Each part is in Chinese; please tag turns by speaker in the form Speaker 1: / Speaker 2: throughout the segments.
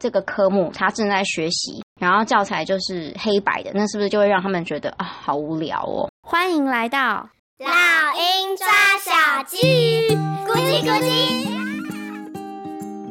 Speaker 1: 这个科目他正在学习，然后教材就是黑白的，那是不是就会让他们觉得啊好无聊哦？
Speaker 2: 欢迎来到
Speaker 3: 老鹰抓小鸡，咕叽咕叽。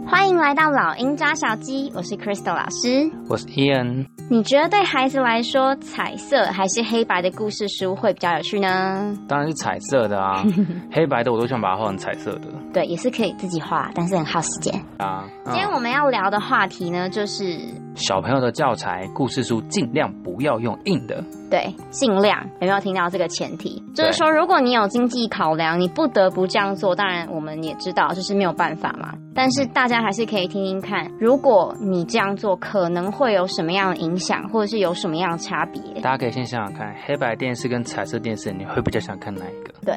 Speaker 1: 欢迎来到老鹰抓小鸡，我是 Crystal 老师。
Speaker 4: 我是 Ian，
Speaker 1: 你觉得对孩子来说，彩色还是黑白的故事书会比较有趣呢？
Speaker 4: 当然是彩色 的啊，黑白的我都想把它画成彩色的
Speaker 1: 对，也是可以自己画，但是很耗时间。
Speaker 4: 啊。
Speaker 1: 今天
Speaker 4: 嗯
Speaker 1: 我们要聊的话题呢，就是
Speaker 4: 小朋友的教材故事书尽量不要用硬的，
Speaker 1: 对，尽量有没有听到这个前提？就是
Speaker 4: 对
Speaker 1: 说，如果你有经济考量，你不得不这样做。当然，我们也知道就是没有办法嘛。但是大家还是可以听听看，如果你这样做可能会有什么样的影响，或者是有什么样的差别？
Speaker 4: 大家可以先想想看，黑白电视跟彩色电视，你会比较想看哪 一个？
Speaker 1: 对，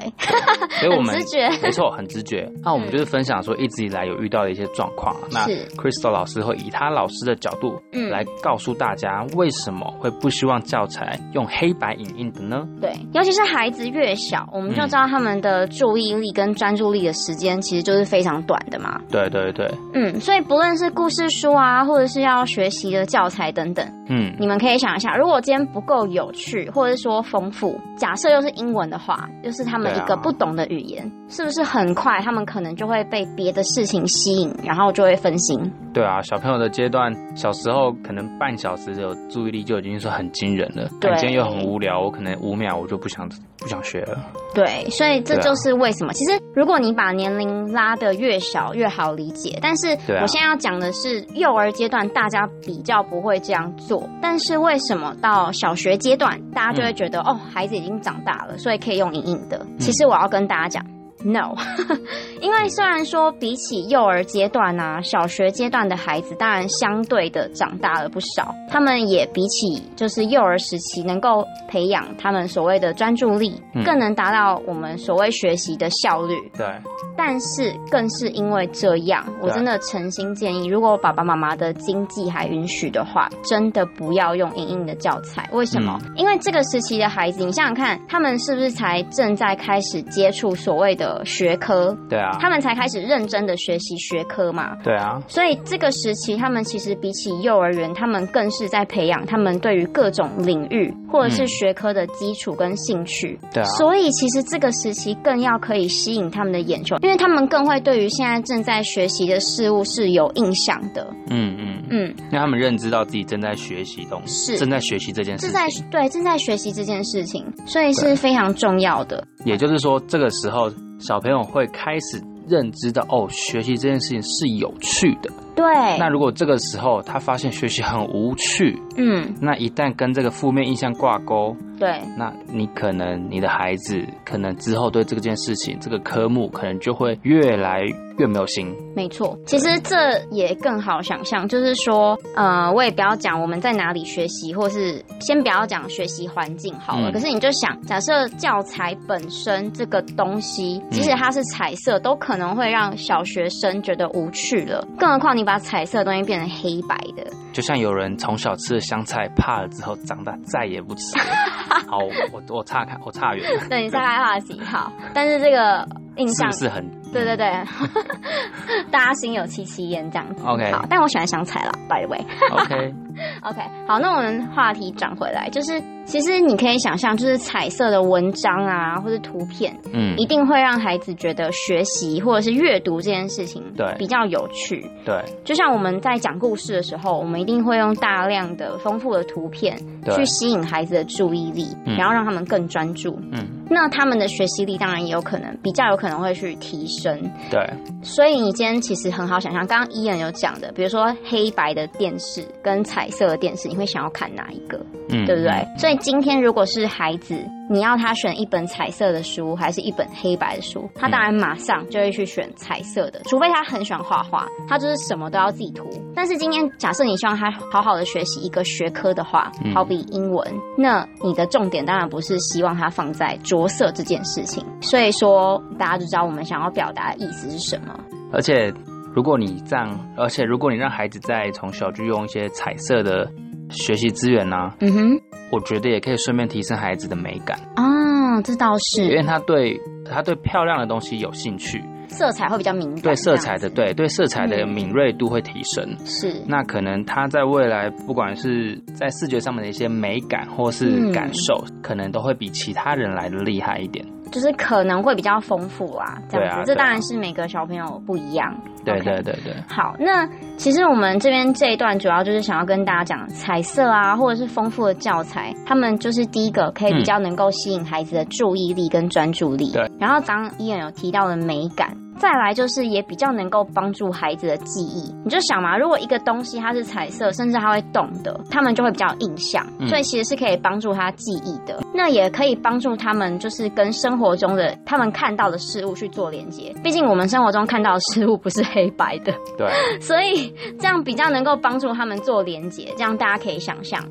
Speaker 4: 所以我们
Speaker 1: 很直觉
Speaker 4: 没错，很直觉。那我们就是分享说一直以来有遇到的一些状况啊。那
Speaker 1: 是
Speaker 4: Crystal 老师会以他老师的角度
Speaker 1: 嗯
Speaker 4: 来告诉大家为什么会不希望教材用黑白影印的呢？
Speaker 1: 对，尤其是孩子越小，我们就知道他们的注意力跟专注力的时间其实就是非常短的嘛。
Speaker 4: 对对对，
Speaker 1: 嗯，所以不论是故事书啊，或者是要学习的教材等等，
Speaker 4: 嗯，
Speaker 1: 你们可以想一下，如果今天不够有趣，或者是说丰富，假设又是英文的话，又是他们一
Speaker 4: 对啊
Speaker 1: 个不懂的语言，是不是很快他们可能就会被别的事情吸引，然后就会分心？
Speaker 4: 对啊，小朋友的阶段，小时候可能半小时有注意力就已经算很惊人了。
Speaker 1: 对
Speaker 4: 但今天又很无聊，我可能五秒我就不想不想学了。
Speaker 1: 对，所以这
Speaker 4: 对啊
Speaker 1: 就是为什么，其实如果你把年龄拉得越小越好理解，但是
Speaker 4: 对啊
Speaker 1: 我现在要讲的是幼儿阶段大家比较不会这样做，但是为什么到小学阶段大家就会觉得、
Speaker 4: 嗯
Speaker 1: 哦孩子已经长大了，所以可以用隐隐的？其实我要跟大家讲。No，因 为虽然说比起幼儿阶段啊，小学阶段的孩子当然相对的长大了不少，他们也比起就是幼儿时期能够培养他们所谓的专注力，
Speaker 4: 嗯
Speaker 1: 更能达到我们所谓学习的效率。
Speaker 4: 对，
Speaker 1: 但是更是因为这样，我
Speaker 4: 对
Speaker 1: 真的诚心建议，如果爸爸妈妈的经济还允许的话，真的不要用影印的教材。为什么？
Speaker 4: 嗯
Speaker 1: 因为这个时期的孩子，你想想看，他们是不是才正在开始接触所谓的学科？
Speaker 4: 对啊，
Speaker 1: 他们才开始认真的学习学科嘛。
Speaker 4: 对啊，
Speaker 1: 所以这个时期，他们其实比起幼儿园，他们更是在培养他们对于各种领域或者是
Speaker 4: 嗯
Speaker 1: 学科的基础跟兴趣。
Speaker 4: 对啊，
Speaker 1: 所以其实这个时期更要可以吸引他们的眼球，因为他们更会对于现在正在学习的事物是有印象的。
Speaker 4: 嗯嗯，
Speaker 1: 嗯，
Speaker 4: 让他们认知到自己正在学习东西，
Speaker 1: 是
Speaker 4: 正在学习这件事
Speaker 1: 正
Speaker 4: 情。
Speaker 1: 在对正在学习这件事情，所以是
Speaker 4: 对
Speaker 1: 非常重要的。
Speaker 4: 也就是说，这个时候小朋友会开始认知到，哦，学习这件事情是有趣的。
Speaker 1: 对，
Speaker 4: 那如果这个时候他发现学习很无趣，
Speaker 1: 嗯，
Speaker 4: 那一旦跟这个负面印象挂钩，
Speaker 1: 对，
Speaker 4: 那你可能你的孩子可能之后对这件事情这个科目可能就会越来越没有心。
Speaker 1: 没错，其实这也更好想象，就是说，呃，我也不要讲我们在哪里学习，或是先不要讲学习环境好了。
Speaker 4: 嗯
Speaker 1: 可是你就想，假设教材本身这个东西，
Speaker 4: 嗯
Speaker 1: 即使它是彩色，都可能会让小学生觉得无趣了，更何况你把彩色的东西变成黑白的，
Speaker 4: 就像有人从小吃了香菜怕了之后，长大再 也不吃了。好，我我岔开，我岔远了，
Speaker 1: 对你大概他的喜好，但是这个印
Speaker 4: 是
Speaker 1: 象
Speaker 4: 不是很
Speaker 1: 对对对， 大家心有戚戚焉这样子。
Speaker 4: OK
Speaker 1: 好，但我喜欢香菜啦，by the way。
Speaker 4: OK？
Speaker 1: OK，好，那我们话题转回来，就是其实你可以想象，就是彩色的文章啊，或者图片，
Speaker 4: 嗯
Speaker 1: 一，定会让孩子觉得学习或者是阅读这件事情
Speaker 4: 对
Speaker 1: 比较有趣。
Speaker 4: 对
Speaker 1: 就像我们在讲故事的时候，我们一定会用大量的丰富的图片
Speaker 4: 对
Speaker 1: 去吸引孩子的注意力，
Speaker 4: 嗯
Speaker 1: 然后让他们更专注。
Speaker 4: 嗯
Speaker 1: 那他们的学习力当然也有可能比较有可能会去提升。
Speaker 4: 对
Speaker 1: 所以你今天其实很好想象，刚刚伊人有讲的，比如说黑白的电视跟彩色的电视，你会想要看哪一个，
Speaker 4: 嗯，
Speaker 1: 对不对？所以今天如果是孩子，你要他选一本彩色的书还是一本黑白的书，他当然马上就会去选彩色的，除非他很喜欢画画，他就是什么都要自己涂。但是今天假设你希望他好好的学习一个学科的话，
Speaker 4: 嗯
Speaker 1: 好比英文，那你的重点当然不是希望他放在着色这件事情。所以说，大家就知道我们想要表达的意思是什么。
Speaker 4: 而且如果你这样，而且如果你让孩子在从小就用一些彩色的学习资源呢、啊
Speaker 1: 嗯哼，
Speaker 4: 我觉得也可以顺便提升孩子的美感。
Speaker 1: 啊，这倒
Speaker 4: 因
Speaker 1: 是
Speaker 4: 为他对他对漂亮的东西有兴趣，
Speaker 1: 色彩会比较敏感，
Speaker 4: 对色彩的
Speaker 1: 这样
Speaker 4: 对对色彩的
Speaker 1: 嗯
Speaker 4: 敏锐度会提升。
Speaker 1: 子是
Speaker 4: 那可能他在未来，不管是在视觉上面的一些美感或是
Speaker 1: 嗯
Speaker 4: 感受，可能都会比其他人来的厉害一点。
Speaker 1: 就是可能会比较丰富啦，这样子。
Speaker 4: 对啊
Speaker 1: 这
Speaker 4: 对啊
Speaker 1: 当然是每个小朋友不一样。
Speaker 4: 对
Speaker 1: OK
Speaker 4: 对对对，
Speaker 1: 好，那其实我们这边这一段主要就是想要跟大家讲，彩色啊，或者是丰富的教材，他们就是第一个可以比较能够吸引孩子的注意力跟专注力。
Speaker 4: 嗯对。
Speaker 1: 然后刚伊人有提到的美感，再来就是也比较能够帮助孩子的记忆。你就想嘛，如果一个东西它是彩色，甚至它会动的，他们就会比较有印象，
Speaker 4: 嗯
Speaker 1: 所以其实是可以帮助他记忆的。那也可以帮助他们就是跟生活中的他们看到的事物去做连接。毕竟我们生活中看到的事物不是黑白的。
Speaker 4: 对，
Speaker 1: 所以这样比较能够帮助他们做连接，这样大家可以想象。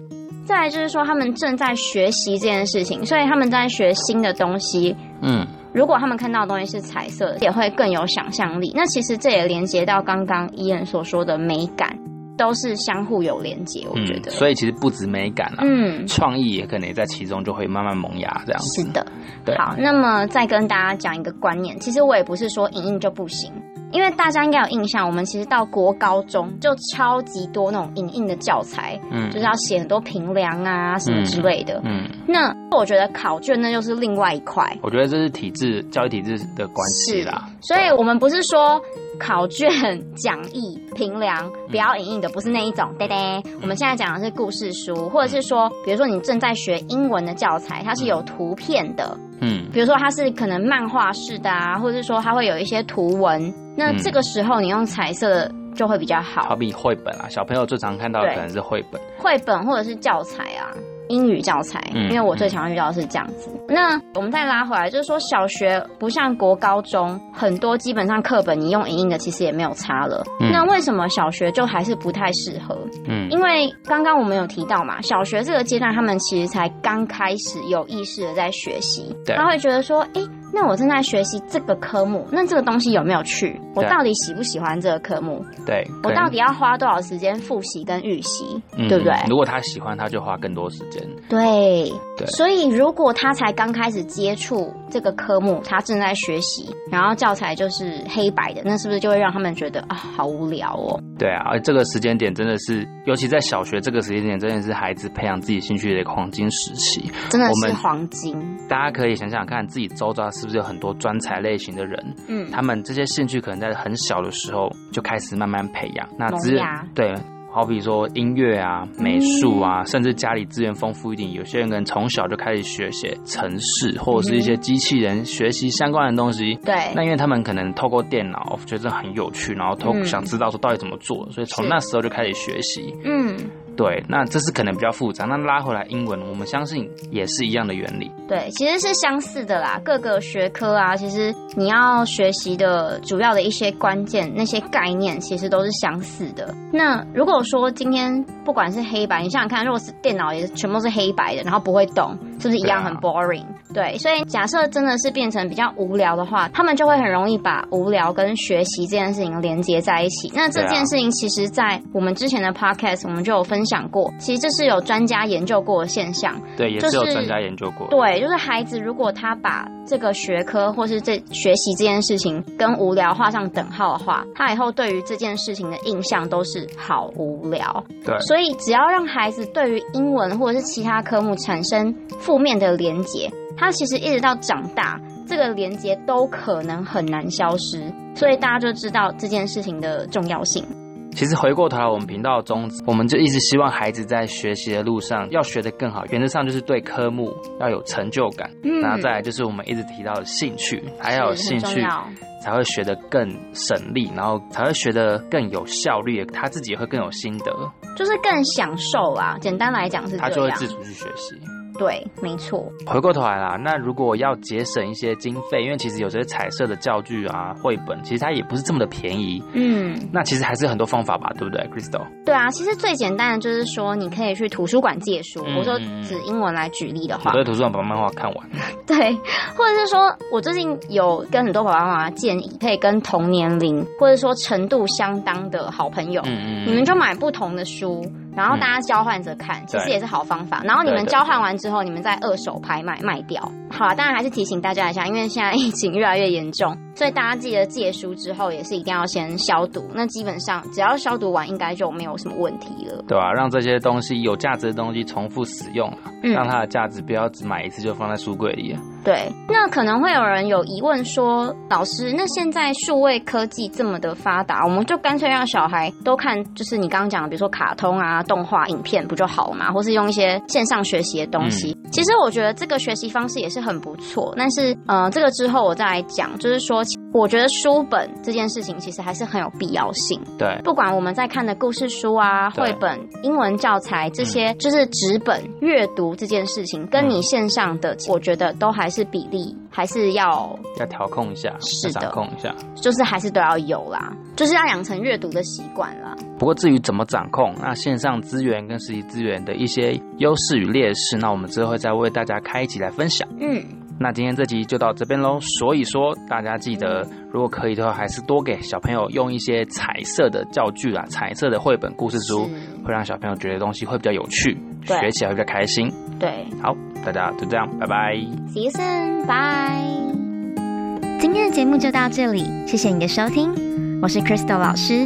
Speaker 1: 再来就是说，他们正在学习这件事情，所以他们在学新的东西。
Speaker 4: 嗯，
Speaker 1: 如果他们看到的东西是彩色的，也会更有想象力。那其实这也连接到刚刚伊人所说的美感，都是相互有连接。我觉
Speaker 4: 嗯，
Speaker 1: 得，
Speaker 4: 所以其实不止美感啊，
Speaker 1: 嗯，
Speaker 4: 创意也可能也在其中就会慢慢萌芽这样子。
Speaker 1: 是的。
Speaker 4: 啊对，
Speaker 1: 好，那么再跟大家讲一个观念，其实我也不是说影印就不行，因为大家应该有印象，我们其实到国高中就超级多那种影印的教材，
Speaker 4: 嗯
Speaker 1: 就是要写很多评量啊什么之类的。
Speaker 4: 嗯，
Speaker 1: 那我觉得考卷那就是另外一块，
Speaker 4: 我觉得这是体制教育体制的关系啦。
Speaker 1: 所以我们不是说考卷、讲义、评量
Speaker 4: 嗯
Speaker 1: 不要影印的，不是那一种，对对。我们现在讲的是故事
Speaker 4: 嗯
Speaker 1: 书，或者是说，比如说你正在学英文的教材，它是有图片的，
Speaker 4: 嗯，
Speaker 1: 比如说它是可能漫画式的啊，或者是说它会有一些图文，那
Speaker 4: 嗯
Speaker 1: 这个时候你用彩色的就会比较
Speaker 4: 好
Speaker 1: 好，
Speaker 4: 比绘本啊，小朋友最常看到的
Speaker 1: 对
Speaker 4: 可能是绘本。
Speaker 1: 绘本或者是教材啊。英语教材，
Speaker 4: 嗯
Speaker 1: 因为我最常遇到的是这样子。那我们再拉回来，就是说小学不像国高中，很多基本上课本你用影印的其实也没有差了。
Speaker 4: 嗯
Speaker 1: 那为什么小学就还是不太适合？
Speaker 4: 嗯
Speaker 1: 因为刚刚我们有提到嘛，小学这个阶段，他们其实才刚开始有意识的在学习，
Speaker 4: 对
Speaker 1: 他会觉得说，诶，那我正在学习这个科目，那这个东西有没有趣？我
Speaker 4: 对
Speaker 1: 到底喜不喜欢这个科目？
Speaker 4: 对，
Speaker 1: 我
Speaker 4: 可能
Speaker 1: 到底要花多少时间复习跟预习，
Speaker 4: 嗯
Speaker 1: 对不对？
Speaker 4: 如果他喜欢，他就花更多时间。
Speaker 1: 对，
Speaker 4: 对
Speaker 1: 所以如果他才刚开始接触这个科目，他正在学习，然后教材就是黑白的，那是不是就会让他们觉得啊，好无聊哦？
Speaker 4: 对啊，而这个时间点真的是，尤其在小学这个时间点，真的是孩子培养自己兴趣的一个黄金时期。
Speaker 1: 真的
Speaker 4: 我
Speaker 1: 是
Speaker 4: 们
Speaker 1: 黄金，
Speaker 4: 大家可以想想看，自己周遭是不是有很多专才类型的人，
Speaker 1: 嗯，
Speaker 4: 他们这些兴趣可能在很小的时候就开始慢慢培养。那资
Speaker 1: 萌芽嗯
Speaker 4: 对，好比说音乐啊、美术啊，甚至家里资源丰富一点，有些人可能从小就开始学些程式或者是一些机器人学习相关的东西。
Speaker 1: 对
Speaker 4: 那因为他们可能透过电脑觉得很有趣，然后透
Speaker 1: 嗯
Speaker 4: 想知道说到底怎么做，所以从
Speaker 1: 是
Speaker 4: 那时候就开始学习。
Speaker 1: 嗯，
Speaker 4: 对，那这是可能比较复杂。那拉回来英文，我们相信也是一样的原理。
Speaker 1: 对，其实是相似的啦。各个学科啊，其实你要学习的主要的一些关键那些概念，其实都是相似的。那如果说今天不管是黑白，你想想看，如果是电脑也全部是黑白的，然后不会动，是不是一样
Speaker 4: 对啊
Speaker 1: 很 boring？对，所以假设真的是变成比较无聊的话，他们就会很容易把无聊跟学习这件事情连接在一起。那这
Speaker 4: 对啊
Speaker 1: 件事情其实，在我们之前的 podcast 我们就有分享过，其实这是有专家研究过的现象。
Speaker 4: 对，也
Speaker 1: 就是
Speaker 4: 是有专家研究过。
Speaker 1: 对，就是孩子如果他把这个学科或是这学习这件事情跟无聊画上等号的话，他以后对于这件事情的印象都是好无聊。
Speaker 4: 对，
Speaker 1: 所以只要让孩子对于英文或者是其他科目产生负面的连结，他其实一直到长大，这个连结都可能很难消失。所以大家就知道这件事情的重要性。
Speaker 4: 其实回过头来，我们频道的宗旨，我们就一直希望孩子在学习的路上要学得更好。原则上就是对科目要有成就感，
Speaker 1: 嗯
Speaker 4: 然后再来就是我们一直提到的兴趣，还要有
Speaker 1: 是很
Speaker 4: 兴
Speaker 1: 重
Speaker 4: 趣
Speaker 1: 要
Speaker 4: 才会学得更省力，然后才会学得更有效率，他自己也会更有心得，
Speaker 1: 就是更享受啦。简单来讲是
Speaker 4: 他
Speaker 1: 这
Speaker 4: 就会
Speaker 1: 样
Speaker 4: 自。主去学习。
Speaker 1: 对，没错。
Speaker 4: 回过头来啦，那如果要节省一些经费，因为其实有些彩色的教具啊、绘本，其实它也不是这么的便宜。
Speaker 1: 嗯。
Speaker 4: 那其实还是有很多方法吧，对不对，Crystal？
Speaker 1: 对啊，其实最简单的就是说，你可以去图书馆借书。
Speaker 4: 嗯
Speaker 1: 我说
Speaker 4: 嗯嗯
Speaker 1: 指英文来举例的
Speaker 4: 我
Speaker 1: 话，
Speaker 4: 在图书馆把漫画看完。
Speaker 1: 对，或者是说我最近有跟很多爸爸妈妈建议，可以跟同年龄或者说程度相当的好朋友，
Speaker 4: 嗯
Speaker 1: 你们就买不同的书，然后大家交换着看，其实
Speaker 4: 对
Speaker 1: 也是好方法。然后你们
Speaker 4: 对对
Speaker 1: 交换完之后，你们再二手拍卖卖掉。好啦，当然还是提醒大家一下，因为现在疫情越来越严重，所以大家记得借书之后也是一定要先消毒。那基本上只要消毒完，应该就没有什么问题了。
Speaker 4: 对吧、让这些东西有价值的东西重复使用啊，
Speaker 1: 嗯
Speaker 4: 让它的价值不要只买一次就放在书柜里啊。
Speaker 1: 对，那可能会有人有疑问说，老师，那现在数位科技这么的发达，我们就干脆让小孩都看，就是你刚刚讲的，比如说卡通啊、动画、影片，不就好了嘛？或是用一些线上学习的东西。其实我觉得这个学习方式也是很不错，但是呃，这个之后我再来讲，就是说，我觉得书本这件事情其实还是很有必要性。
Speaker 4: 对，
Speaker 1: 不管我们在看的故事书啊、
Speaker 4: 对
Speaker 1: 绘本、英文教材这些，就是纸本阅读这件事情，跟你线上的，我觉得都还是比例，还是要
Speaker 4: 要调控一下，
Speaker 1: 是
Speaker 4: 要
Speaker 1: 的
Speaker 4: 掌控一下。
Speaker 1: 就是还是都要有啦，就是要养成阅读的习惯啦。
Speaker 4: 不过至于怎么掌控，那线上资源跟实体资源的一些优势与劣势，那我们之后会再为大家开一集来分享。
Speaker 1: 嗯，
Speaker 4: 那今天这集就到这边喽。所以说，大家记得，如果可以的话，还是多给小朋友用一些彩色的教具啦，彩色的绘本、故事书，
Speaker 1: 是
Speaker 4: 会让小朋友觉得东西会比较有趣，
Speaker 1: 对
Speaker 4: 学起来会比较开心。
Speaker 1: 对
Speaker 4: 好，大家就这样，拜拜。
Speaker 1: ，See you soon，拜。
Speaker 2: 今天的节目就到这里，谢谢你的收听，我是 Crystal 老师。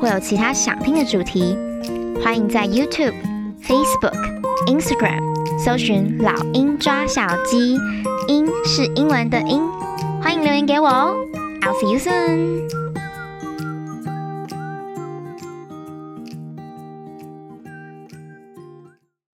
Speaker 2: 或有其他想听的主题，欢迎在 YouTube、Facebook、Instagram 搜寻“老鹰抓小鸡”，鹰是英文的鹰，欢迎留言给我哦。I'll see you soon.